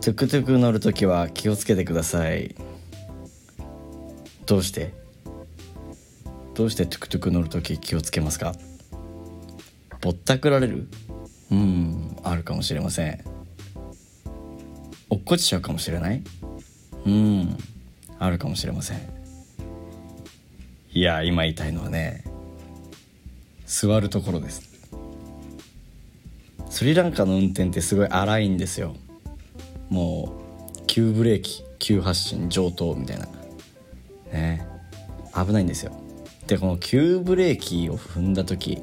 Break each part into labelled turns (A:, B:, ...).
A: トゥクトゥク乗るときは気をつけてくださいどうしてどうしてトゥクトゥク乗るとき気をつけますかぼったくられるうんあるかもしれません落っこちちゃうかもしれないうんあるかもしれませんいや今言いたいのはね座るところですスリランカの運転ってすごい荒いんですよもう急ブレーキ急発進上等みたいなね危ないんですよでこの急ブレーキを踏んだ時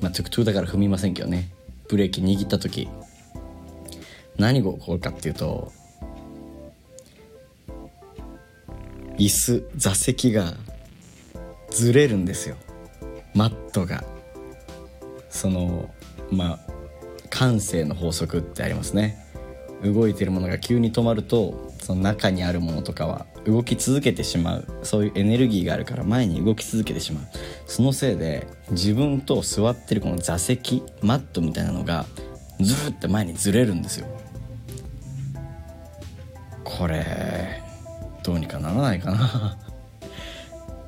A: まあトゥクトゥクだから踏みませんけどねブレーキ握った時何が起こるかっていうと椅子座席がずれるんですよマットがそのまあ感性の法則ってありますね動いてるものが急に止まるとその中にあるものとかは動き続けてしまうそういうエネルギーがあるから前に動き続けてしまうそのせいで自分と座ってるこの座席マットみたいなのがずーっと前にずれるんですよこれどうにかならないかな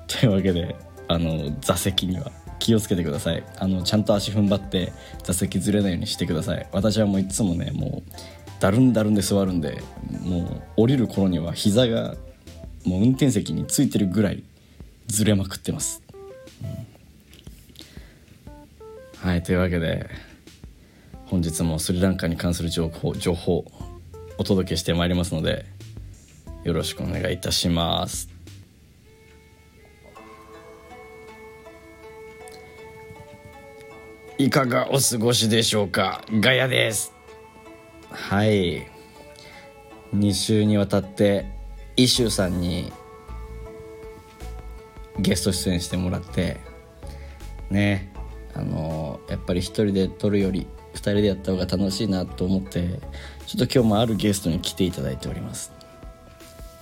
A: というわけであの座席には気をつけてくださいあのちゃんと足踏ん張って座席ずれないようにしてください私はもういつもねもうだるんだるんで座るんでもう降りる頃には膝がもう運転席についてるぐらいずれまくってます、うんはいというわけで本日もスリランカに関する情報情報をお届けしてまいりますのでよろしくお願いいたしますいかがお過ごしでしょうかガヤですはい2週にわたってイシューさんにゲスト出演してもらってねあのやっぱり一人で撮るより二人でやった方が楽しいなと思ってちょっと今日もあるゲストに来ていただいております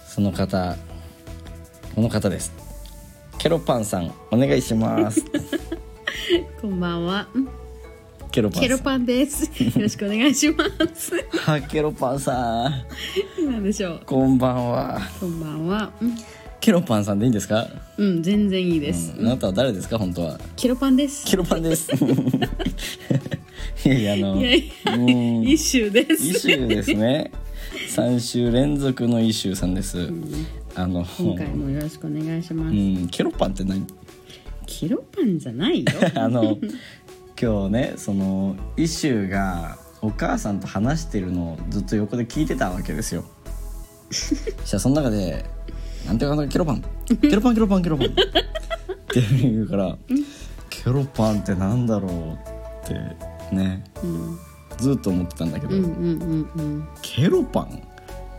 A: その方この方ですケロパンさんお願いします
B: こんばんは。
A: ケロパン
B: ケ
A: さ
B: ロ
A: ん
B: パ ンです。よろしくお願いします。
A: あケロパンさん
B: なんでしょう。
A: こんばんは
B: こんばんは。
A: ケロパンさんでいいんですか
B: うん、うん全然いいです。
A: あなたは誰ですか本当は
B: ケロパンです。
A: ケロパンです いやいやあの
B: いやいや
A: うん
B: 一周です。
A: イシューですね3週連続のイシューさんです、あの
B: 今回もよろしくお願いしま
A: う
B: す。
A: んケロパンって何
B: ケロパンじゃないよ。
A: あの今日ねそのイシューがお母さんと話してるのをずっと横で聞いてたわけです よそしたらその中で「なんてかんだケロパンケロパンケロパンケロパン」って言うから「ケロパンってなんだろう?」ってね
B: うん、
A: ずっと思ってたんだけ
B: う
A: ど、
B: ん、うん、うん、
A: ケロパン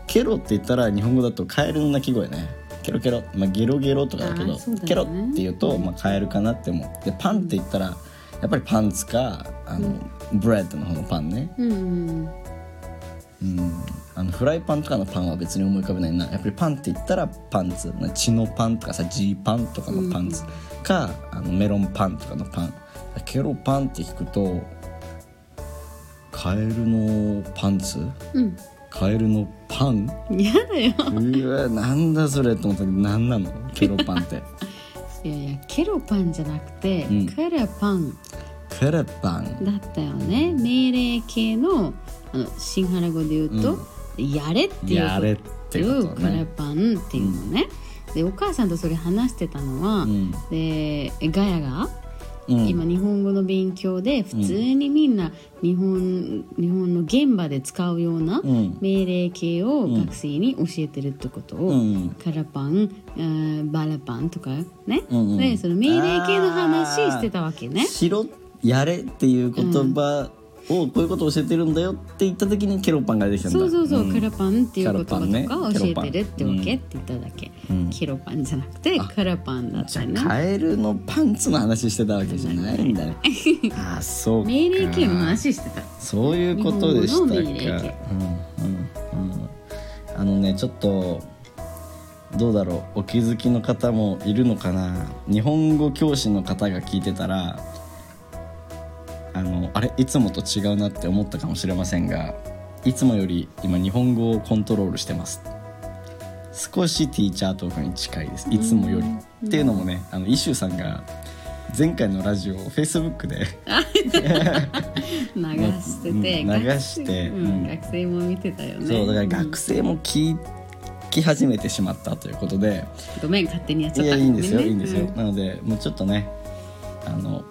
A: ケロって言ったら日本語だとカエルの鳴き声ねケロケロ、まあ、ゲロゲロとかだけど
B: あーそうだね
A: ケロって言うと、まあ、カエルかなって思うでパンって言ったらやっぱりパンツかあの、ブレッドの方のパンね、
B: うん、うん、
A: うん、あのフライパンとかのパンは別に思い浮かべないなやっぱりパンって言ったらパンツまあ血のパンとかさジーパンとかのパンツか、あのメロンパンとかのパンケロパンって聞くとカエルのパンツ
B: うん。
A: カエルのパン
B: 嫌だよ。
A: うわなんだそれと思ったけど何なのケロパンって
B: いやいや、ケロパンじゃなくて、
A: うん
B: カラパン
A: ケロパン
B: だったよね。命令系の、あの、シンハラ語で言うと、やれっていうこと。
A: やれってこ
B: いう
A: と
B: カラ
A: ね
B: パンっていうのね、でお母さんとそれ話してたのは、
A: うん
B: でガヤが
A: うん
B: 今日本語の勉強で普通にみんな日本,、日本の現場で使うような
A: うん
B: 命令形を
A: うん
B: 学生に教えてるってことを、
A: うん
B: カラパンあーバラパンとかね、
A: うんうん
B: でその命令形の話してたわけね。
A: しろやれっていう言葉をこういうことを教えてるんだよって言った時にケロパンが出てきたんだ
B: そうそうそう、
A: ん
B: カラパンっていう言葉
A: カラパンね
B: とかを教えてるってわ
A: ケロパンう
B: け、
A: ん
B: って言っただけ、
A: うん
B: ケロパンじゃなくて
A: あ
B: カラパンだっ
A: じ
B: た
A: ゃ
B: よ
A: あ
B: ね
A: カエルのパンツの話してたわけじゃないんだ ねあそうか
B: 命令形の話してた
A: そういうことでしたか。う
B: 日
A: ん
B: 本語の命令形
A: うんうんあのねちょっとどうだろうお気づきの方もいるのかな。日本語教師の方が聞いてたらあのあれいつもと違うなって思ったかもしれませんがいつもより今日本語をコントロールしてます少しティーチャートークに近いですいつもより、
B: うん
A: っていうのもねあのイシューさんが前回のラジオを Facebook で
B: 流してて、
A: うん流して
B: 学生,、う
A: うん
B: ん、学生も見てたよね
A: そうだから学生も聞き始めてしまったということで、
B: うんごめん勝手にやっちゃっ
A: い
B: た
A: やいいんですよ、
B: ご
A: いい
B: め
A: ん
B: ね
A: ですよ、
B: うん
A: なのでもうちょっとねあの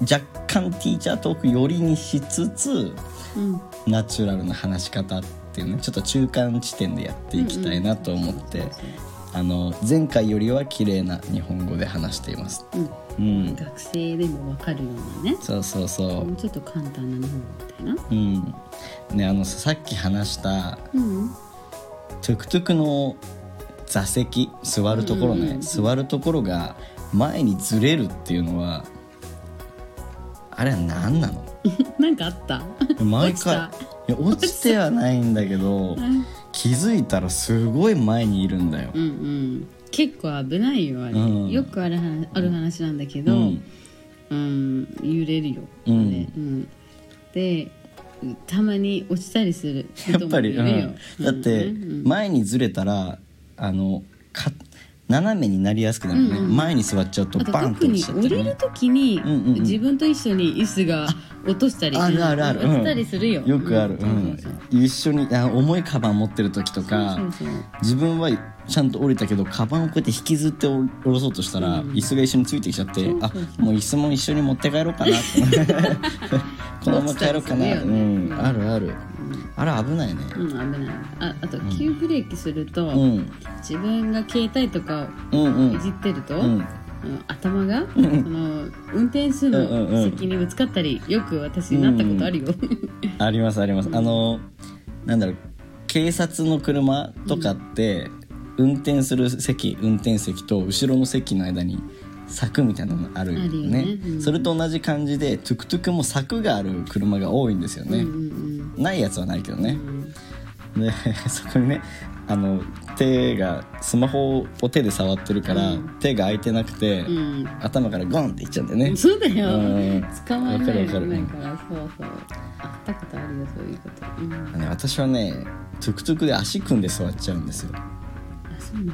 A: 若干ティーチャートーク寄りにしつつ
B: うん
A: ナチュラルな話し方っていうねちょっと中間地点でやっていきたいなと思って、あの前回よりは綺麗な日本語で話しています。
B: うん
A: うん、
B: 学生でも分かるようなね
A: そうそうそ
B: もうちょっと簡単な日本語みたいな
A: う、うん、ねあのささっき話した
B: うん
A: トゥクトゥクの座席座るところね、
B: うんうんうん
A: 座るところが前にずれるっていうのはあれは何なの
B: なんかあった
A: 毎
B: 落ち
A: 回
B: た
A: いや落ちてはないんだけど
B: うん
A: 気づいたらすごい前にいるんだよ
B: う。んうん結構危ないよあれ、
A: うん
B: よくある話ある話なんだけ
A: う
B: ど、
A: ん
B: うん、揺れるよ、
A: うん
B: あれうんでたまに落ちたりする
A: やっぱり、
B: 人
A: う
B: もいるよ
A: ん、だって
B: うんうん
A: 前にずれたらあのか斜めになりやすくなるよね、
B: うんうん
A: 前に座っちゃうと
B: あと
A: バンと
B: 特
A: 落
B: に
A: ちちゃっ
B: 降
A: て
B: り
A: る、
B: る
A: ね、
B: 時に、
A: うんうんうん
B: 自分と一緒に椅子が落としたり
A: あるあるある、
B: うん
A: うん
B: 落ちたりするよ、
A: よくある、う
B: そ
A: ん
B: うそうそう
A: 一緒にあ重いカバン持ってる時とか
B: そうそうそう
A: 自分はちゃんと降りたけどカバンをこうやって引きずって降ろそうとしたら、
B: うん
A: 椅子が一緒についてきちゃって
B: そうそうそう
A: あもう椅子も一緒に持って帰ろうかなって このまま帰ろうかな、
B: 落ちたりす
A: う
B: るよね
A: ん、
B: うん
A: あるあるあら危ないね
B: うん、危ないああと急ブレーキすると、
A: うん
B: 自分が携帯とか
A: うんう
B: をいじ
A: ん
B: ってると、
A: うん
B: あの頭が、その運転手
A: うんうんう
B: の
A: ん
B: 席にぶつかったりよく私になったことあるよ、
A: ありますあります、あのなんだろう警察の車とかって、運転する席運転席と後ろの席の間に柵みたいなのがあるよね
B: あるよねうん
A: それと同じ感じでトゥクトゥクも柵がある車が多いんですよ
B: うんう
A: ね、
B: ん
A: ないやつはないけど
B: う
A: ね、
B: ん
A: で そこにねあの手がスマホを手で触ってるから、
B: うん
A: 手が空いてなくて、
B: うん
A: 頭からゴンっていっちゃうんだよね、
B: そうだよ
A: うん
B: 捕まえない
A: わかるわかる
B: なんからそうそうあったことあるよそういうこと、うん、あ
A: ね私はねトゥクトゥクで足組んで座っちゃうんですよ
B: そうなんだ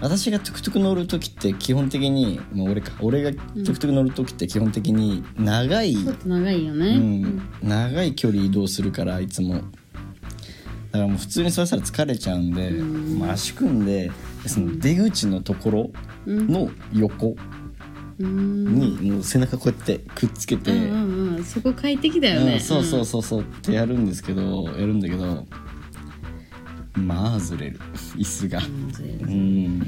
A: 私がトゥクトゥク乗る時って基本的に、まあ、俺か俺がトゥクトゥク乗る時って基本的に長い、
B: ちょっと長いよ
A: う
B: ね、
A: ん、長い距離移動するからいつもだからもう普通に座ったら疲れちゃうんで、
B: うん
A: まあ、足組んでその出口のところ
B: うん
A: の横
B: うん
A: にもう背中こうやってくっつけて、
B: うんうんうん、そこ快適だよね、
A: うん、そうそうそうそうってやるんですけどやるんだけどまあずれる椅子が。
B: うん、うんそれ
A: うん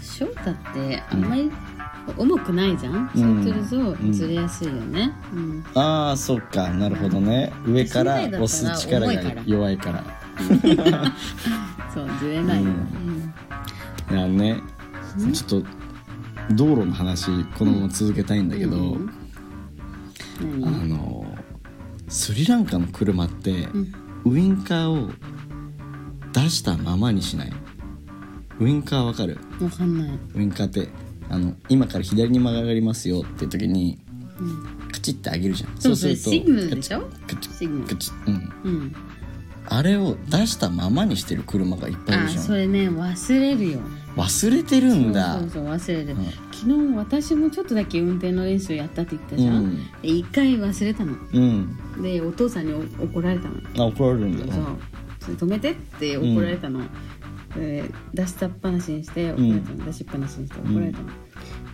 B: 翔太ってあんまり重くないじゃん、
A: うん
B: そうする
A: うん
B: とずれやすいよね、うん
A: ああそっかなるほどね上から
B: 私以外だったら
A: 押す力が
B: 重いから
A: 弱いから
B: そうずれないよ、
A: う
B: うんん
A: いやねちょっと道路の話このまま続けたいんだけど、
B: うん
A: あ
B: 何
A: のスリランカの車って、
B: ん
A: ウインカーを出したままにしないウインカーわかる
B: わかんない、
A: ウインカーってあの今から左に曲がりますよって時に
B: うん
A: カチッて上げるじゃん
B: そうそうシグナルでしょ
A: カチッ
B: シグナ
A: カ
B: ル
A: チッうん
B: うん、
A: あれを出したままにしてる車がいっぱいい
B: あ
A: るじゃん
B: それね忘れるよ
A: 忘れてるんだ
B: そうそうそう忘れる、
A: うん
B: 昨日私もちょっとだけ運転の練習やったって言ったじゃ
A: うんん
B: で一、回忘れたの
A: うん
B: でお父さんにお怒られたの
A: あ怒られるんだ
B: そうそれ止めてって怒られたの、で出したっぱなしにして怒られたの、出しっぱなしにして怒られたの、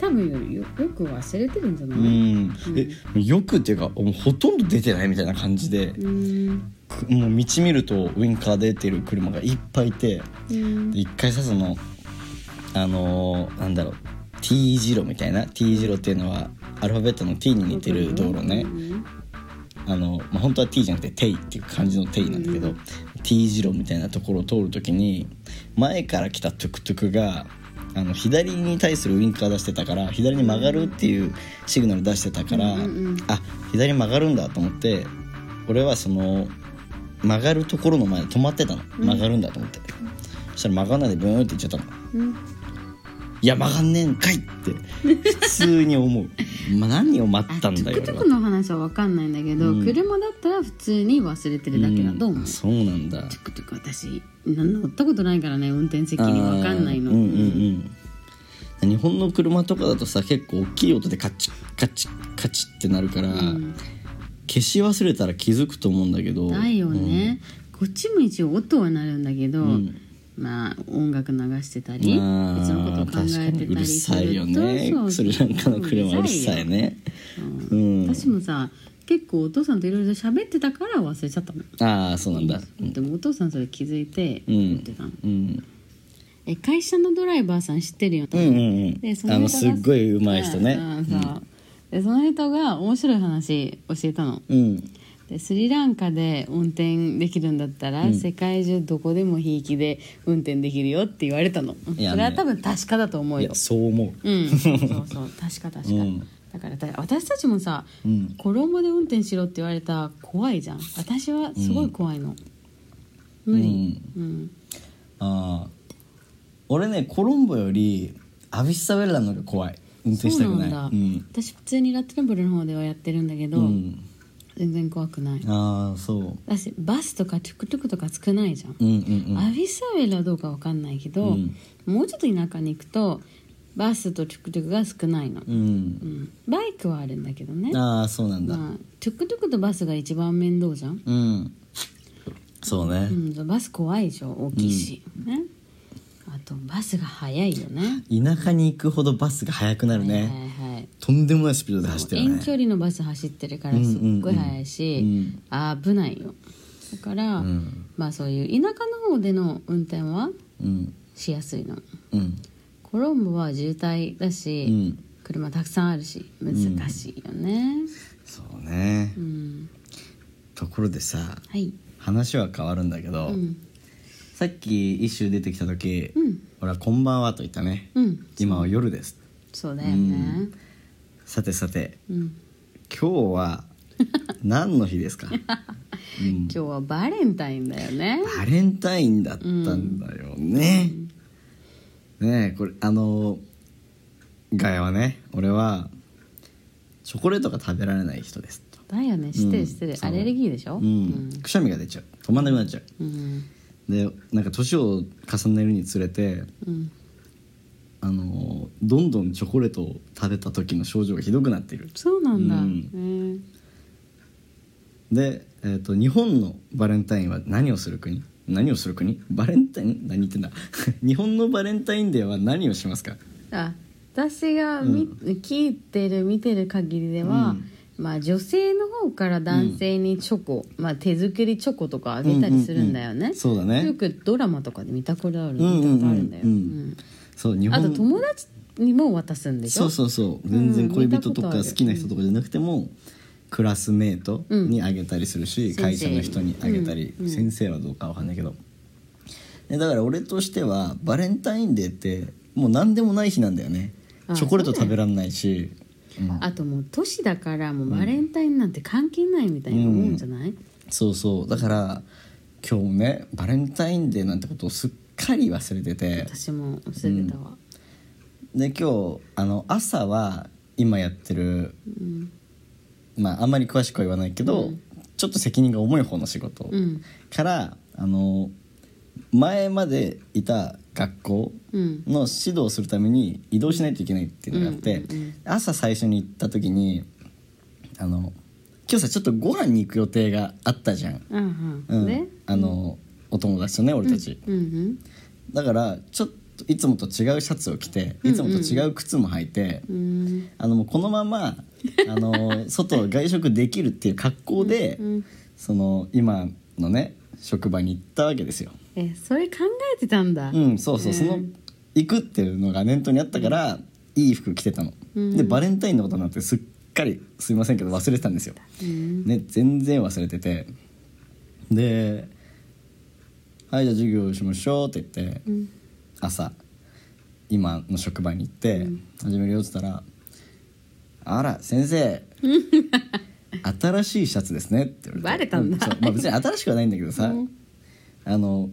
B: 多分よよよく忘れてるんじゃない
A: うん、えよくっていうかもうほとんど出てないみたいな感じで、
B: うん
A: くもう道見るとウインカー出てる車がいっぱいいて
B: うん
A: で一回さそのあのーなんだろう T 字路みたいな T 字路っていうのはアルファベットの T に似てる道路ね、
B: うん
A: あの、まあ、本当は T じゃなくて「テイ」っていう感じの「テイ」なんだけど、
B: うん
A: T 字路みたいなところを通るときに前から来たトゥクトゥクがあの左に対するウインカー出してたから左に曲がるっていうシグナル出してたから、
B: うんうんうん
A: あ左に曲がるんだと思って俺はその曲がるところの前で止まってたの
B: うん
A: 曲がるんだと思って、そしたら曲がらないでブーンって行っちゃったの
B: うん
A: いや曲がんねえんかいって普通に思う、 まあ、何を待ったんだよ
B: あ
A: 俺
B: トゥクトゥ
A: は
B: クの話は分かんないんだけど、
A: うん
B: 車だったら普通に忘れてるだけだと思う、
A: んそうなんだ
B: トゥクトゥク私何乗ったことないからね運転席に
A: あー
B: 分かんないの、
A: うんうんうん日本の車とかだとさ結構大きい音でカチッカチッカチッってなるから、
B: ん
A: 消し忘れたら気づくと思うんだけど
B: ないよね、こっちも一応音は鳴るんだけど、
A: ん
B: まあ音楽流してた
A: うん
B: り
A: まあ
B: 別のことを考えて
A: 確かにう
B: た
A: る
B: りす
A: さ
B: る
A: いよね
B: と
A: スリランカの車うるさいねう
B: う
A: ん
B: ん私もさ結構お父さんといろいろ喋ってたから忘れちゃったの
A: ああそうなんだ
B: でもお父さんそれ気づいて
A: うん
B: 言ってたの、
A: うん
B: え会社のドライバーさん知ってるよ、
A: うんうん
B: でそ
A: うんあの
B: 人が
A: すっごい上手い人ね
B: うんうんそうでその人が面白い話教えたの
A: うん
B: でスリランカで運転できるんだったら、世界中どこでもひいきで運転できるよって言われたの、
A: いやね
B: それは多分確かだと
A: い
B: 思
A: う
B: よ
A: やそう思う
B: うん、そうそう確か確か、
A: うん
B: だからだ私たちもさ、
A: うん
B: 衣で運転しろって言われたら怖いじゃん私はすごい怖いの、無理うん、
A: ああ俺ねコロンボよりアビスサベラの方が怖い運転し
B: そ
A: た
B: う
A: くな
B: な
A: んい
B: だ、
A: うん
B: 私普通にラテンブルの方ではやってるんだけど、
A: うん
B: 全然怖くない
A: ああそう
B: だしバスとかトゥクトゥクとか少ないじゃん、
A: うんうん
B: アビサベラはどうかわかんないけど、
A: うん
B: もうちょっと田舎に行くとバスとトゥクトゥクが少ないの、
A: う
B: うんんバイクはあるんだけどね
A: うんああそうなんだ
B: まあ、トゥクトゥクとバスが一番面倒じゃん、
A: うんそうね
B: うん、バス怖いでしょ大きいし、ねあとバスが速いよね
A: 田舎に行くほどバスが速くなるね、
B: はいはいはい
A: とんでもないスピードで走ってる
B: 遠
A: ね
B: 距離のバス走ってるからすっごい速いし、危ないよだから、
A: ん
B: まあそういう田舎の方での運転は
A: うん
B: しやすいの
A: うん
B: コロンボは渋滞だ
A: う
B: し、
A: ん
B: 車たくさんあるし難しいよね
A: そうね、
B: うん、
A: ところでさ
B: はい
A: 話は変わるんだけど、
B: うん
A: さっき一周出てきた時、
B: うん
A: 俺は「こんばんは」と言ったね、
B: うん
A: 今は夜です
B: そうだよね
A: さてさて
B: うん
A: 今日は何の日です か、うん
B: 今日はバレンタインだよね
A: バレンタインだったんだよね、ねえこれあのガヤはね俺はチョコレートが食べられない人ですと
B: だよねして
A: うん
B: るしてる、
A: そう
B: アレルギーでしょ
A: うんくしゃみが出ちゃう止まんなくなっちゃう
B: うん
A: でなんか年を重ねるにつれて
B: うん
A: あのどんどんチョコレートを食べた時の症状がひどくなっている
B: そうなんだ、
A: うん
B: えー
A: で、えー、と日本のバレンタインは何をする国何をする国バレンタイン何言ってんだ 日本のバレンタインデーは何をしますか
B: あ私がみ、聞いてる見てる限りでは、まあ、女性の方から男性にチョコ、まあ、手作りチョコとかあげたりするんだ
A: う
B: よね、
A: んうんうんそうだね
B: よくドラマとかで見たことある見
A: うんうん
B: たことあるんだよ、
A: うんそう日
B: うんあ
A: 本
B: と友達にも渡すんでし
A: そ
B: ょ
A: うそうそう全然
B: うん
A: 恋人とか
B: 見たことあ
A: 好
B: る
A: きな人とかじゃなくても、クラスメートにあげたりするし、
B: ん
A: 会社の人にあげたり、
B: 先生にうん
A: 先生はどうかわかんないけどでだから俺としてはバレンタインデーってもう何でもない日なんだよね
B: あ
A: チョコレート
B: そうだ
A: 食
B: よ
A: べらんないし、うん
B: あともう年だからもうバレンタインなんて関係ないみたいに思うんじゃない、
A: そうそうだから今日ねバレンタインデーなんてことをすっかり忘れてて
B: 私も忘れたわ、
A: で今日あの朝は今やってる、まああんまり詳しくは言わないけど、ちょっと責任が重い方の仕事
B: うん
A: から、あの前までいた学校
B: うん
A: の指導をするために移動しないといけないっていうのがあって、
B: うんうんうん
A: 朝最初に行った時にあの今日さちょっとご飯に行く予定があったじゃん。
B: うんう、
A: うんん
B: で
A: あのお友達とね俺たち、
B: うんうん
A: だからちょっといつもと違うシャツを着ていつもと違う靴も履いて、
B: うん
A: あのもうこのままあ の外外食できるっていう格好で、
B: うん
A: その今のね職場に行ったわけですよ。
B: えそれ考えてたんだ、
A: うん、そうそう、その行くっていうのが念頭にあったから、いい服着てたの、
B: うん
A: でバレンタインのことになってすっかりすいませんけど忘れてたんですよ。
B: うん
A: ね、全然忘れててで「はいじゃあ授業しましょう」って言って、
B: ん
A: 朝今の職場に行って、始めるよって言ったら「あら先 生新しいシャツですね」って言われて
B: バレたんだ
A: うそうまあ、別に新しくはないんだけどさ、あの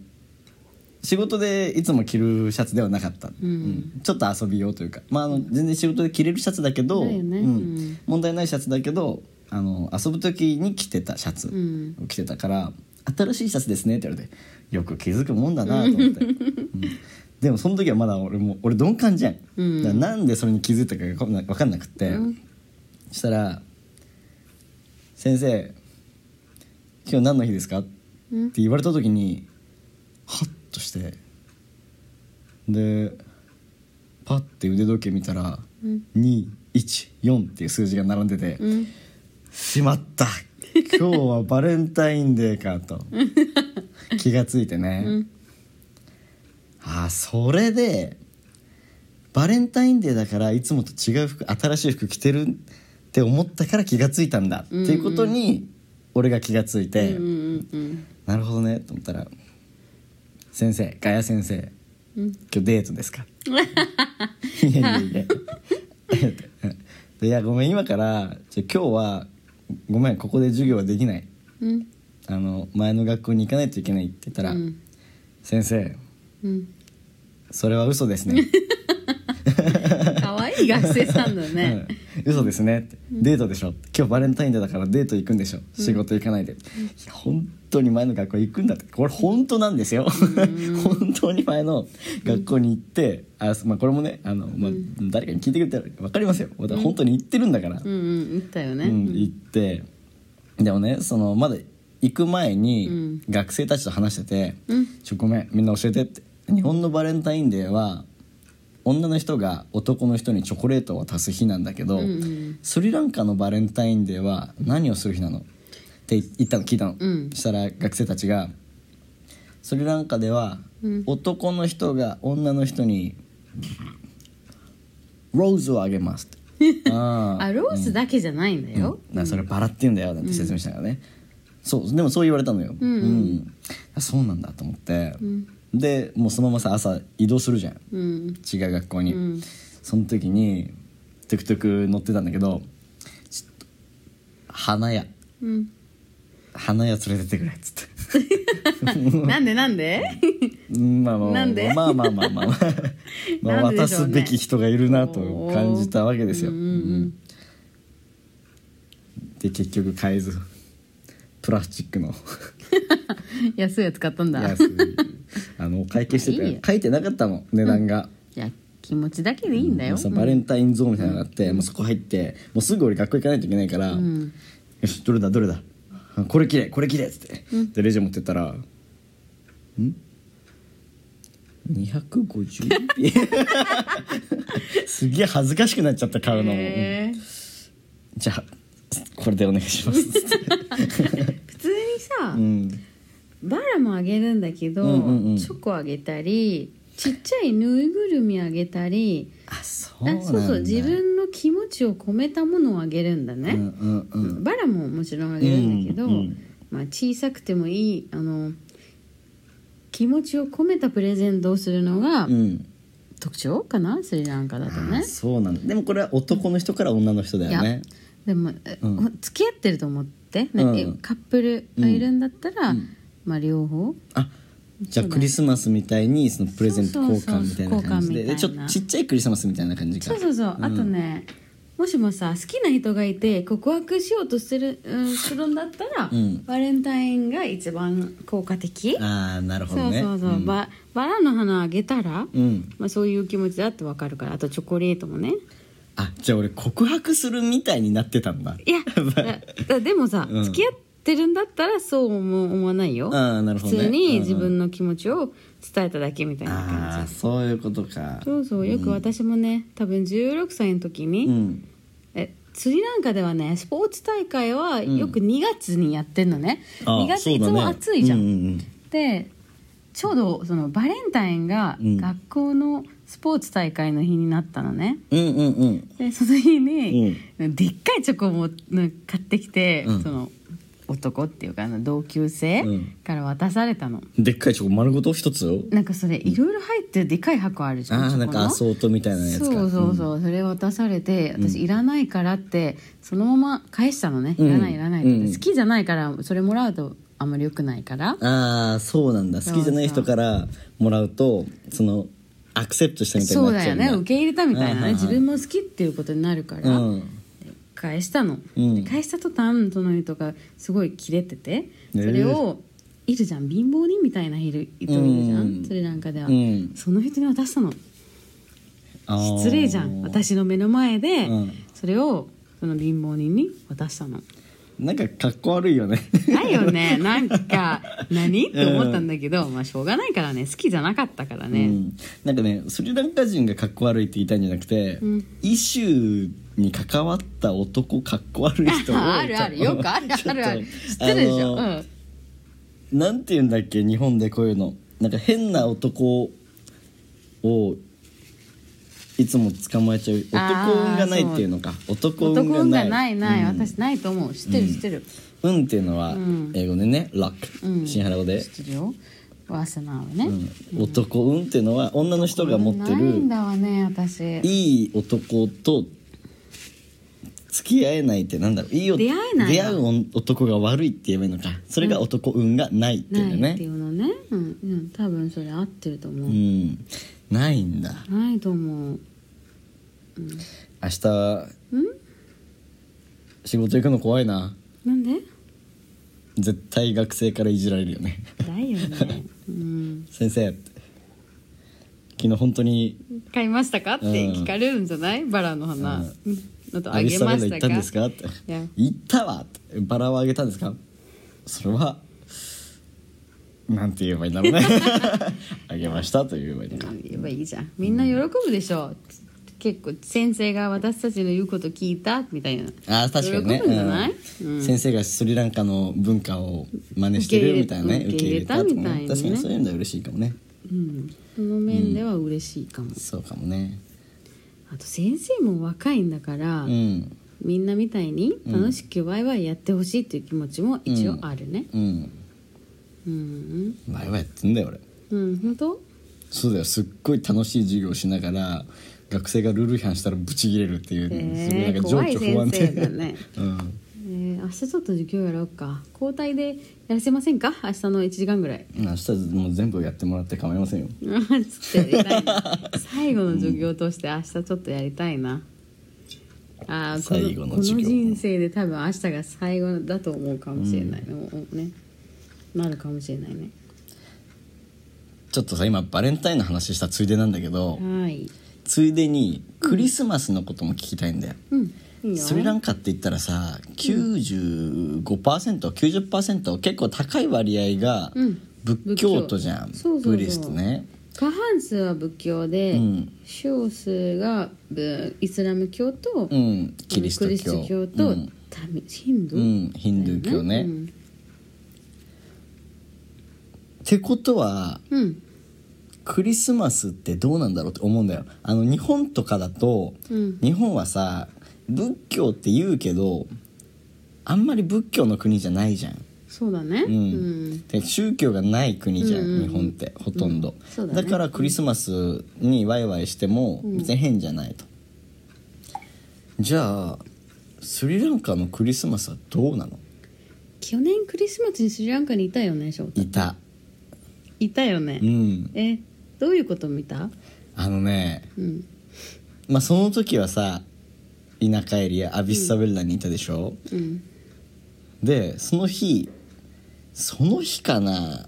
A: 仕事でいつも着るシャツではなかった、
B: うん
A: ちょっと遊び用というか、まあ、あの全然仕事で着れるシャツだけど
B: だよね
A: うん
B: うん
A: 問題ないシャツだけどあの遊ぶ時に着てたシャツ
B: うん
A: を着てたから「新しいシャツですね」って言われてよく気づくもんだなと思って、 うんでもその時はまだ俺も俺鈍感じゃん、
B: うん
A: だからなんでそれに気づいたかが分かんなくって、
B: うん
A: そしたら「先生今日何の日ですか?」
B: うん
A: って言われた時にハッとしてでパッて腕時計見たら
B: うん
A: 214っていう数字が並んでて
B: う、ん
A: しまった今日はバレンタインデーか と気がついてね、
B: うん
A: あーそれでバレンタインデーだからいつもと違う服新しい服着てるって思ったから気がついたんだっていうことに俺が気がついて、
B: うんうん
A: なるほどねと思ったら「先生ガヤ先生
B: うん
A: 今日デート ですか? 」いやいやいやでいやごめん今からじゃあ今日はごめんここで授業はできない
B: うん
A: あの前の学校に行かないといけない」って言ったら「
B: うん
A: 先生
B: うん
A: それは嘘ですね」
B: 可愛い学生さんだね
A: うん嘘ですねってデートでしょ今日バレンタインデーだからデート行くんでしょ仕事行かないで、いや本当に前の学校行くんだってこれ本当なんですよ本当に前の学校に行って、あまあ、これもねあの、まあ、誰かに聞いてくれたら分かりますよまた本当に行ってるんだから、
B: うんうん言ったよね
A: う、
B: うんん
A: 行ってでもねそのまだ行く前
B: う
A: に
B: ん
A: 学生たちと話してて「
B: うん
A: ちょごめんみんな教えて」って日本のバレンタインデーは女の人が男の人にチョコレートを渡す日なんだけど、
B: うんうん
A: スリランカのバレンタインデーは何をする日なのって言ったの聞いたの、
B: うん
A: したら学生たちが「スリランカでは
B: うん
A: 男の人が女の人にローズをあげます」って。あー
B: あロースだけじゃないんだよ
A: なそれバラって言うんだよなんて説明したからね、そうでもそう言われたのよ、
B: うんうん
A: あそうなんだと思って、
B: ん
A: でもうそのままさ朝移動するじゃん
B: うん
A: 違う学校に、
B: うん
A: その時にトゥクトゥク乗ってたんだけどちょっと花屋
B: うん
A: 花屋連れてってくれっつって。
B: なんでなんで
A: うんまあまあまあ
B: なんで
A: まあまあま あまあまあまあ
B: なんで
A: 渡
B: でしょ
A: す
B: うね
A: べき人がいるなと感じたわけですよ。
B: おーうんうんうん
A: うんで結局買えずプラスチックの
B: 安いやつ買ったんだ
A: 安 いあのお会計してた
B: いいよ
A: 書いてなかったの値段が。
B: いや気持ちだけでいいんだよ、
A: そのバレンタインゾーンみたいなのがあって、もうそこ入ってもうすぐ俺学校行かないといけないから、
B: ん
A: よしどれだどれだあこれきれいこれきれいっつって、でレジ持ってったら「ん ?250? すげえ恥ずかしくなっちゃった買うのも、
B: へー
A: じゃあこれでお願いしますっつって、
B: 普通にさ、
A: うん、
B: バラもあげるんだけど、
A: うんうんうん
B: チョコあげたりちっちゃいぬいぐるみあげたり
A: あそうな
B: あ
A: んだ
B: そうそう自分の気持ちを込めたものをあげるんだ
A: うん
B: ね、
A: うんうん
B: バラももちろんあげるんだけど、
A: うんうん
B: まあ、小さくてもいいあの気持ちを込めたプレゼントをするのが
A: うん
B: 特徴かな、スリランカだと
A: あ
B: ね
A: そうなんだでもこれは男の人から女の人だよね
B: でも、え
A: うん
B: 付き合ってると思って、ね
A: うん
B: えカップルがいるんだったら、
A: うん
B: まあ両方
A: あじゃあ
B: そうだね
A: クリスマスみたいにそのプレゼント交換みたいな感じで
B: そうそうそう交換みたいな
A: でちょっとちっちゃいクリスマスみたいな感じか
B: そうそうそう、あとねもしもさ好きな人がいて告白しようとしてる、うん、するんだったら、
A: うん
B: バレンタインが一番効果的
A: ああなるほ
B: そ
A: ど
B: う
A: ね
B: そうそう、
A: ん
B: ババラの花あげたら、
A: うん
B: まあ、そういう気持ちだってわかるからあとチョコレートもね
A: あじゃあ俺告白するみたいになってたんだ
B: いやだだでもさ、
A: うん
B: 付き合ってるんだったらそう思思わないよ、
A: ああなるほ
B: 普
A: どね
B: 通に自
A: うん
B: 分の気持ちを伝えただけみたいな
A: あ
B: 感
A: あ
B: じ、
A: そういうことか
B: そうそうよく私もね多分16歳の時に、
A: うん
B: えスリランカではねスポーツ大会はよく2月にやってんのね、
A: あ
B: 2月、
A: そう
B: い
A: だ
B: つ
A: ね
B: も暑いじゃん、
A: うんうん
B: でちょうどそのバレンタインが
A: うん
B: 学校のスポーツ大会の日になったのね
A: うんうんうん
B: でその日に、でっかいチョコもなんか買ってきて、
A: うん
B: その男っていうかあの同級
A: う
B: 生
A: ん
B: から渡されたの、
A: でっかいチョコ丸ごと一つを
B: なんかそれいろいろ入ってるでっかい箱あるじゃん
A: ああ
B: チ
A: な
B: ョコの
A: んかアソートみたいなやつか
B: そうそう
A: う
B: そう、それ渡されて
A: ん
B: 私いらないからってそのまま返したのね、
A: うん
B: いらないいらないって、
A: うん
B: 好きじゃないからそれもらうとあんまり良くないから
A: ああそうなんだ好きじゃない人からもらうとそのアクセプトしたみたいに
B: そう
A: なっち
B: だ
A: ゃ
B: よ
A: うん
B: ね受け入れたみた
A: う
B: いな
A: んうんう
B: ね
A: ん
B: 自分も好きっていうことになるから、
A: うん
B: 返したの、
A: うん
B: で返した途端その人がすごいキレててそれを、いるじゃん貧乏人みたいな人いる人いるじゃん、
A: うん
B: スリランカでは、
A: うん
B: その人に渡したの
A: あー
B: 失礼じゃん私の目の前で、
A: うん
B: それをその貧乏人に渡したの
A: なんかかっこ悪いよね
B: ないよ ねなんか何って
A: うん
B: 思ったんだけど、まあしょうがないからね好きじゃなかったから
A: う
B: ね、
A: ん、なんかねスリランカ人がかっこ悪いって言いたいんじゃなくて、
B: うん
A: イシューに関わった男かっこ悪い人多いと思う
B: あるあるよくあるあるある
A: ちょ
B: 知
A: っ
B: っ
A: と
B: てるでし
A: あ
B: ょ、
A: の
B: うん、
A: なんて言うんだっけ日本でこういうのなんか変な男をいつも捕まえちゃう
B: あー
A: 男運がないっていうのか男
B: 男
A: 運が
B: 運
A: ない
B: がないない、
A: うん、
B: 私ないと思う知ってる知ってる、
A: 運っていうのは
B: うん
A: 英語でね「luck
B: うん
A: 新原語で
B: 知ってるよワースナーはね、
A: うん、男運っていうのは女の人が持って
B: ないん
A: る
B: だわね私出
A: いい男と付き合えないってなんだろういいお
B: 出会えない
A: 出会う男が悪いって言えばいいのかそれが男運がないっていうんだよ
B: ないってい
A: ね
B: うのねうん、うん、多分それ合ってると思
A: う
B: う、
A: んないんだ
B: ないと思う
A: 明日
B: うん
A: 仕事行くの怖いな
B: なんで
A: 絶対学生からいじられるよね
B: だよね、うん、
A: 先生昨日本当に
B: 買いましたかって
A: うん
B: 聞かれるんじゃないバラの花、
A: う
B: うんん、あとあ
A: アビ
B: げ
A: スタ
B: ま
A: ベラ行
B: した
A: ったん
B: か
A: ですかって
B: いや
A: 行ったわってバラをあげたんですかそれはなんて言えばいいんだろう ねあげましたと言えばいいのか
B: 言えばいいじゃんみんな喜ぶでしょ、結構先生が私たちの言うこと聞いたみたいな
A: あー確かにね
B: 喜ぶんじゃない、
A: うん
B: うん
A: 先生がスリランカの文化を真似してるみたいなね
B: 受け入れた
A: 受け入れ
B: みたいな
A: とか
B: ね
A: 確かにそういうのは嬉しいかもね
B: うん、その面では嬉しいかも、
A: そうかもね
B: あと先生も若いんだから、
A: うん
B: みんなみたいに楽しくワイワイやってほしいっていう気持ちも一応あるね
A: うん
B: うん
A: 前はやってんだよ俺
B: うん、うん、本当
A: そうだよすっごい楽しい授業をしながら学生がルール違反したらブチ切れるっていう、
B: へー
A: すごいなんか情緒不安定
B: 怖い先生だね
A: うん
B: えー、明日ちょっと授業やろうか交代でやらせませんか明日の1時間ぐらい
A: 明日もう全部やってもらって構いませんよ
B: うんつって偉いな最後の授業として明日ちょっとやりたいな、あーこ
A: 最後の
B: のこの
A: 授業
B: 人生で多分明日が最後だと思うかもしれない、おおねなるかもしれないね
A: ちょっとさ今バレンタインの話したついでなんだけど、
B: はい
A: ついでにクリスマスのことも聞きたいんだよ、
B: うんいいよ
A: スリランカって言ったらさ 95%90% 結構高い割合が
B: うん
A: 仏教徒じゃん、
B: 仏教そうそうそう
A: ブリストね
B: 過半数は仏教で、
A: うん
B: 少数がぶイスラム教と、
A: うんキリスト教
B: クリスト教と、
A: うん
B: タミヒンド
A: う
B: ゥー、
A: ん、ヒンドゥー教ね、
B: うん
A: ってことは
B: うん
A: クリスマスってどうなんだろうって思うんだよあの日本とかだと、
B: うん
A: 日本はさ仏教って言うけどあんまり仏教の国じゃないじゃん、
B: そうだね、
A: う
B: うんん
A: で宗教がない国じゃん、
B: うんうんうん
A: 日本ってほとんど、
B: うんそうだ
A: だ
B: ね
A: からクリスマスにワイワイしても
B: うん
A: 別に変じゃないと、じゃあスリランカのクリスマスはどうなの
B: 去年クリスマスにスリランカにいたよね翔太
A: いた
B: いたよね、
A: うん
B: えどういうこと見た
A: あのね
B: うん
A: まあその時はさ田舎エリアアビスサベッラにいたでしょ、
B: うん
A: でその日その日かな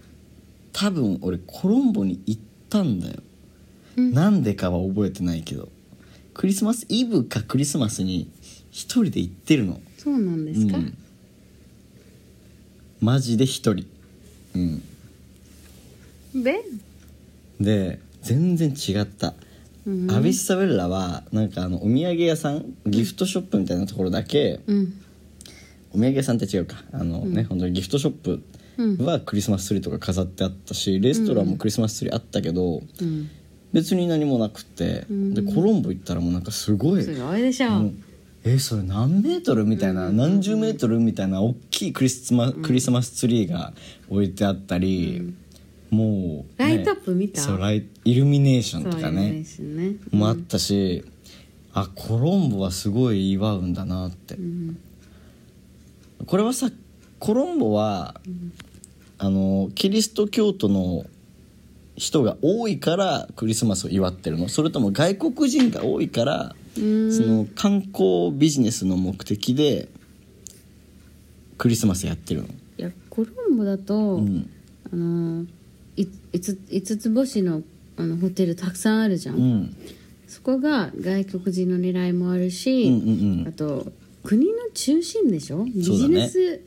A: 多分俺コロンボに行ったんだよ、
B: うん
A: なんでかは覚えてないけどクリスマスイブかクリスマスに一人で行ってるの
B: そうなんですか、
A: うんマジで一人うん
B: で、
A: で全然違った
B: うん、
A: アビスサベッラはなんかあのお土産屋さんギフトショップみたいなところだけ、
B: うん
A: お土産屋さんって違うかあのね、本当にギフトショップ
B: うん
A: はクリスマスツリーとか飾ってあったしレストランもクリスマスツリーあったけど、
B: うん
A: 別に何もなくて、
B: うん
A: でコロンボ行ったらもうなんかすごい
B: すごいでしょ、
A: もうえそれ何メートルみたいな、何十メートルみたいな大きいクリスマ、クリスマスツリーが置いてあったり、もうね、
B: ライトアップ見た
A: そうライイルミネーションとか
B: そういう
A: ね
B: ですね
A: もあったし、あコロンボはすごい祝うんだなって
B: う。ん
A: これはさコロンボはあのキリスト教徒の人が多いからクリスマスを祝ってるのそれとも外国人が多いから
B: うん
A: その観光ビジネスの目的でクリスマスやってるの、
B: いやコロンボだと、
A: うん
B: あのい五五つ星のあのホテルたくさんあるじゃん、
A: うん、
B: そこが外国人の狙いもあるし、
A: うんうんうん
B: あと国の中心でしょビ
A: そうだね
B: ジネス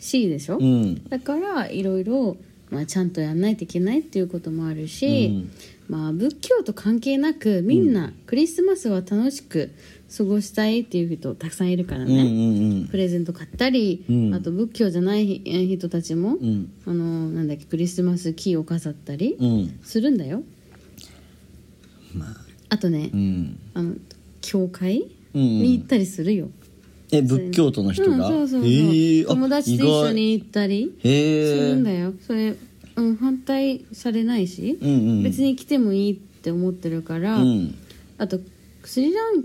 B: シーでしょだ,、
A: うん
B: からいろいろ、まあ、ちゃんとやんないといけないっていうこともあるし、まあ、仏教と関係なくみんなクリスマスは楽しく過ごしたいっていう人たくさんいるから
A: うんう
B: ね、
A: ん
B: プレゼント買ったり、
A: うん
B: あと仏教じゃないひえ人たち
A: う
B: も、
A: ん
B: あのなんだっけクリスマスキーを飾ったり
A: うんうん
B: するんだよ。
A: まあ
B: あとね、
A: うん
B: あの教会、
A: うん
B: に行ったりするよ。
A: え仏教徒の人が、
B: うん、そうそうそう、
A: へーあ
B: 友達と一緒
A: 意
B: に行ったり
A: 外
B: す
A: へえ
B: るんだよ。それ、うん、反対されないし、
A: うんうん
B: 別に来てもいいって思ってるから、
A: うん
B: あとスリラン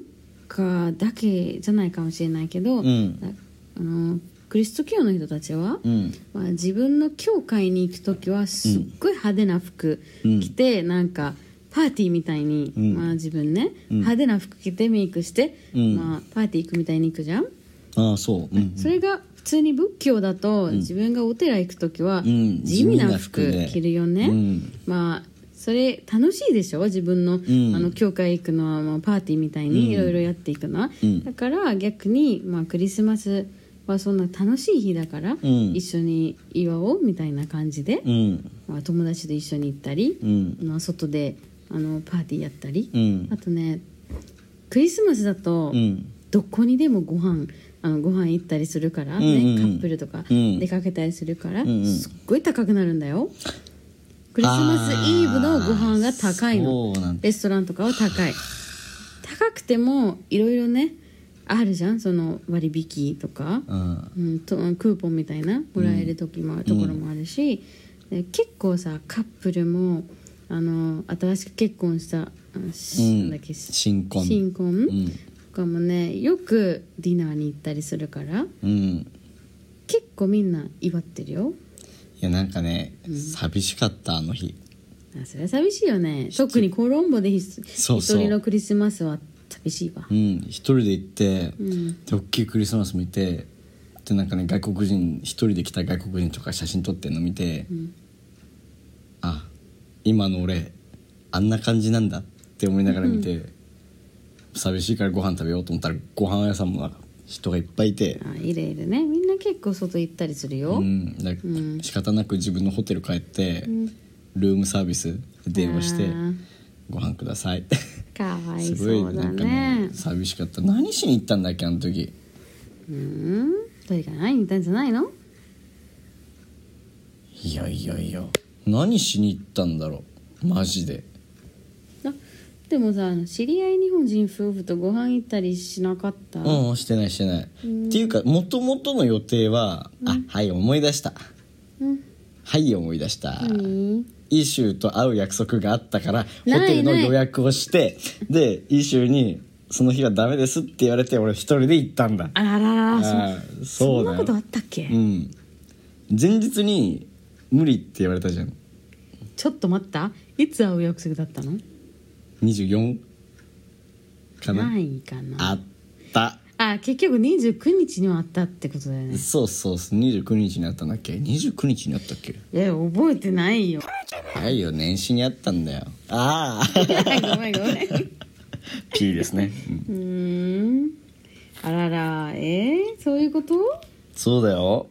B: カだけじゃないかもしれないけど、
A: うん
B: なあのクリスト教の人たちは、
A: うん
B: まあ、自分の教会に行く時はすっごい派手な服
A: うん
B: 着て、なんかパーティーみたいに、
A: うん
B: まあ、自分ね、
A: うん
B: 派手な服着てメイクして、
A: うん
B: まあ、パーティー行くみたいに行くじゃん、
A: ああそう、うんうん
B: それが普通に仏教だと、自分がお寺行く時は、
A: ん
B: 地味な
A: 地味
B: 服
A: な服で
B: 着るよね、
A: うん
B: まあそれ楽しいでしょ自分の,、
A: ん
B: あの教会行くのは、まあ、パーティーみたいにいろいろやっていくのは、
A: うん
B: だから逆に、まあ、クリスマスはそんな楽しい日だから、
A: ん
B: 一緒に祝おうみたいな感じで、
A: うん
B: まあ、友達と一緒に行ったり、
A: うん
B: まあ外であのパーティーやったり、
A: うん
B: あとねクリスマスだと、
A: うん
B: どこにでもご飯あのご飯行ったりするから、
A: うんうんうん
B: ね、カップルとか
A: うん
B: 出かけたりするから、
A: んうん
B: すっごい高くなるんだよクリスマスイブのご飯が高い
A: あー
B: の
A: そうなんだ
B: レストランとかは高い高くてもいろいろねあるじゃんその割引とか、
A: うん
B: うん、とクーポンみたいなもらえる時も、ところもあるし、で結構さカップルもあの新しく結婚したあし
A: うん
B: なんだっけ
A: 新婚
B: 新婚、
A: うん
B: とかもねよくディナーに行ったりするから
A: うん
B: 結構みんな祝ってるよ
A: いやなんかね、寂しかったあの日
B: あそれは寂しいよね特にコロンボでひ
A: そうそう
B: 一人のクリスマスは寂しいわ
A: うん一人で行って、
B: うん
A: で大きいクリスマス見てでなんかね外国人一人で来た外国人とか写真撮ってんの見て、
B: ん
A: あ今の俺あんな感じなんだって思いながら見て、寂しいからご飯食べようと思ったらご飯屋さんもなんか人がいっぱいいて、
B: あいるいるねみんな結構外行ったりするよ、
A: うんだ
B: ん
A: 仕方なく自分のホテル帰って、
B: ん
A: ルームサービスで電話して
B: あー
A: 「ご飯ください」
B: かわい
A: す
B: そ
A: ごいうな
B: だ
A: んか
B: ね
A: ね寂しかった何しに行ったんだっけあの時
B: うん誰か何に行ったんじゃないの
A: いやいやいや何しに行ったんだろうマジで
B: あでもさあの知り合い日本人夫婦とご飯行ったりしなかった、
A: うんしてないしてないっていうかもともとの予定はあはい思い出した
B: うん
A: はい思い出した
B: 何
A: イシューと会う約束があったからホ
B: ない
A: テルの
B: ない
A: 予約をしてでイシューに「その日はダメです」って言われて俺一人で行ったんだ
B: あららら
A: あ
B: ら
A: ー
B: そそ
A: そうんだ
B: な
A: よ
B: ことあったっけ、
A: うん前日に「無理」って言われたじゃん
B: ちょっと待ったいつ会う約束だったの
A: 24かな
B: ないかな
A: あった
B: あ結局29日にはあったってことだよね
A: そうそうそう29日にあったんだっけ29日にあったっけ
B: いや覚えてないよ
A: 早いよ年始にあったんだよああ
B: ごめんごめんう
A: P ですね、うん
B: ーんあららえー、そういうこと
A: そうだよ、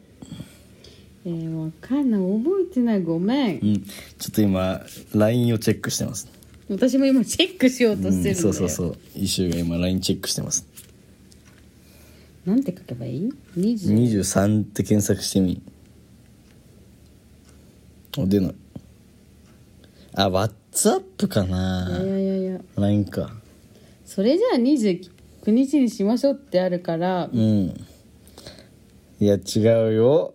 B: えー、わかんない覚えてないごめん、
A: うん、ちょっと今 LINE をチェックしてます
B: 私も今チェックしようとしてるんだよ、
A: そうそうそうイシューが今 LINE チェックしてます
B: なんて書けばいい ?20
A: 23って検索してみあ出ないあ WhatsApp か
B: いや
A: ない
B: やいやいや
A: LINE か
B: それじゃあ29日にしましょうってあるから
A: うんいや違うよ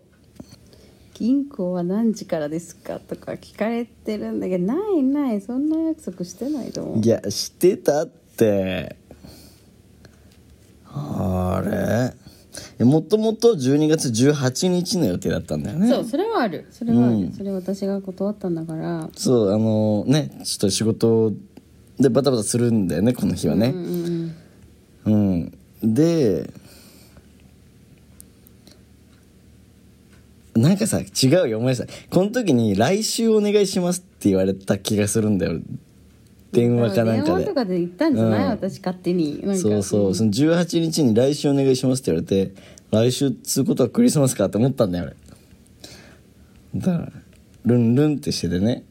B: 銀行は何時からですかとか聞かれてるんだけどないないそんな約束してないと思う
A: いやしてたってあれもともと12月18日の予定だったんだよね
B: そうそれはあるそれはある、
A: うん
B: それ私が断ったんだから
A: そうあのねちょっと仕事でバタバタするんだよねこの日は
B: うん
A: ね
B: うん
A: うん、でなんかさ違うよ思い出したこの時に「来週お願いします」って言われた気がするんだよ電話かなん
B: 電
A: か
B: 話
A: で
B: とかで言ったんじゃない、
A: うん
B: 私勝手になんか
A: そうそうその18日に「来週お願いします」って言われて「来週っつうことはクリスマスか」って思ったんだよ俺だからルンルンってしててね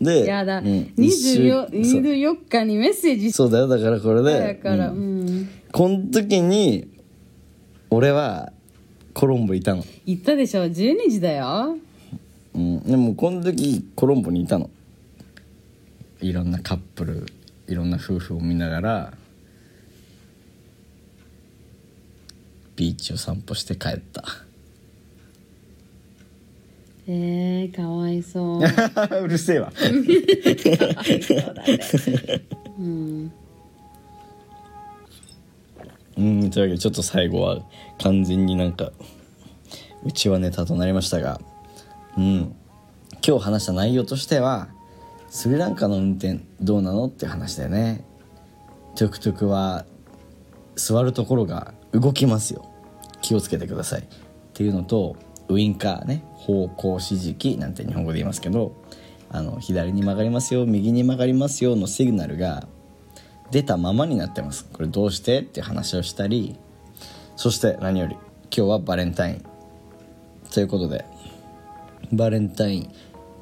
A: で
B: やだ、
A: うん
B: 24
A: 一週そう
B: 24日にメッセージし
A: そうだよだからこれ
B: た
A: で
B: やから、
A: う
B: うんん
A: この時に俺はコロンボいたの、
B: 言ったでしょ12時だよ
A: うん、でもこの時コロンボにいたのいろんなカップルいろんな夫婦を見ながらビーチを散歩して帰った
B: えー、かわ いそう、
A: うるせえわ
B: うん、
A: うんというわけでちょっと最後は完全になんかうちはネタとなりましたがうん今日話した内容としてはスリランカの運転どうなのっていう話だよねトゥクトゥクは座るところが動きますよ気をつけてくださいっていうのとウインカーね方向指示器なんて日本語で言いますけどあの左に曲がりますよ右に曲がりますよのシグナルが出たままになってますこれどうしてっていう話をしたりそして何より今日はバレンタインということでバレンタイン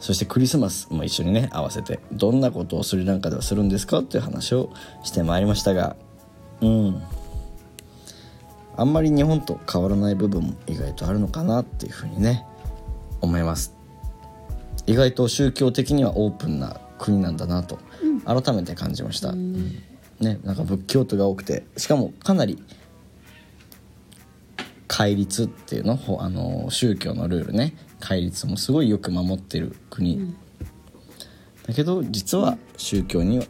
A: そしてクリスマスも一緒にね合わせてどんなことをスリランカではするんですかっていう話をしてまいりましたがうんあんまり日本と変わらない部分も意外とあるのかなっていうふうにね思います意外と宗教的にはオープンな国なんだなと改めて感じました、うんねなんか仏教徒が多くてしかもかなり戒律っていうのほあの宗教のルールね戒律もすごいよく守ってる国、だけど実は宗教には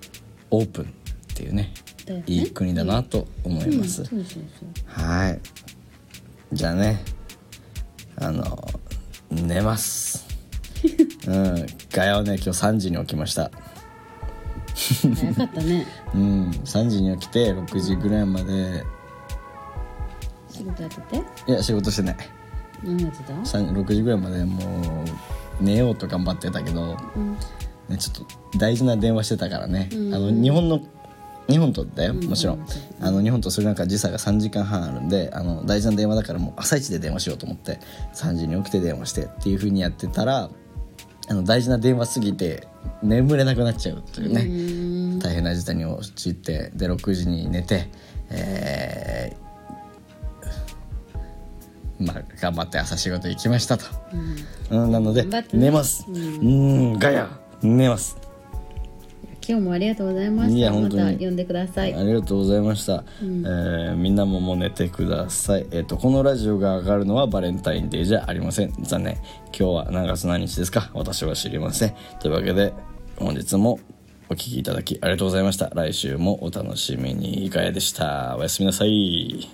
A: オープンっていうね
B: だよね
A: いい国だなと思います、
B: そうそうそう
A: はいじゃあねあの寝ますうんガヤはね今日3時に起きました
B: 早かったね
A: うん3時に起きて6時ぐらいまで
B: 仕事やってて
A: いや仕事してない
B: 何やってた
A: 3 6時ぐらいまでもう寝ようと頑張ってたけど、
B: うん
A: ね、ちょっと大事な電話してたからね、あの日本の日本とだよもちろん、あの日本とそれなんか時差が3時間半あるんであの大事な電話だからもう朝一で電話しようと思って3時に起きて電話してっていうふうにやってたらあの大事な電話すぎて眠れなくなっちゃうというね、
B: うん
A: 大変な事態に陥ってで6時に寝て、えーまあ、頑張って朝仕事行きましたと、うん、なので
B: 頑張ってね
A: 寝ますうんガヤ寝ます
B: 今日もありがとうございま
A: い
B: し
A: や
B: た
A: 本
B: ま
A: 当に
B: た呼んでください
A: ありがとうございました、えーみんなももう寝てくださいえっ、とこのラジオが上がるのはバレンタインデーじゃありません残念今日は何月何日ですか私は知りませんというわけで本日もお聞きいただきありがとうございました来週もお楽しみにいかがでしたおやすみなさい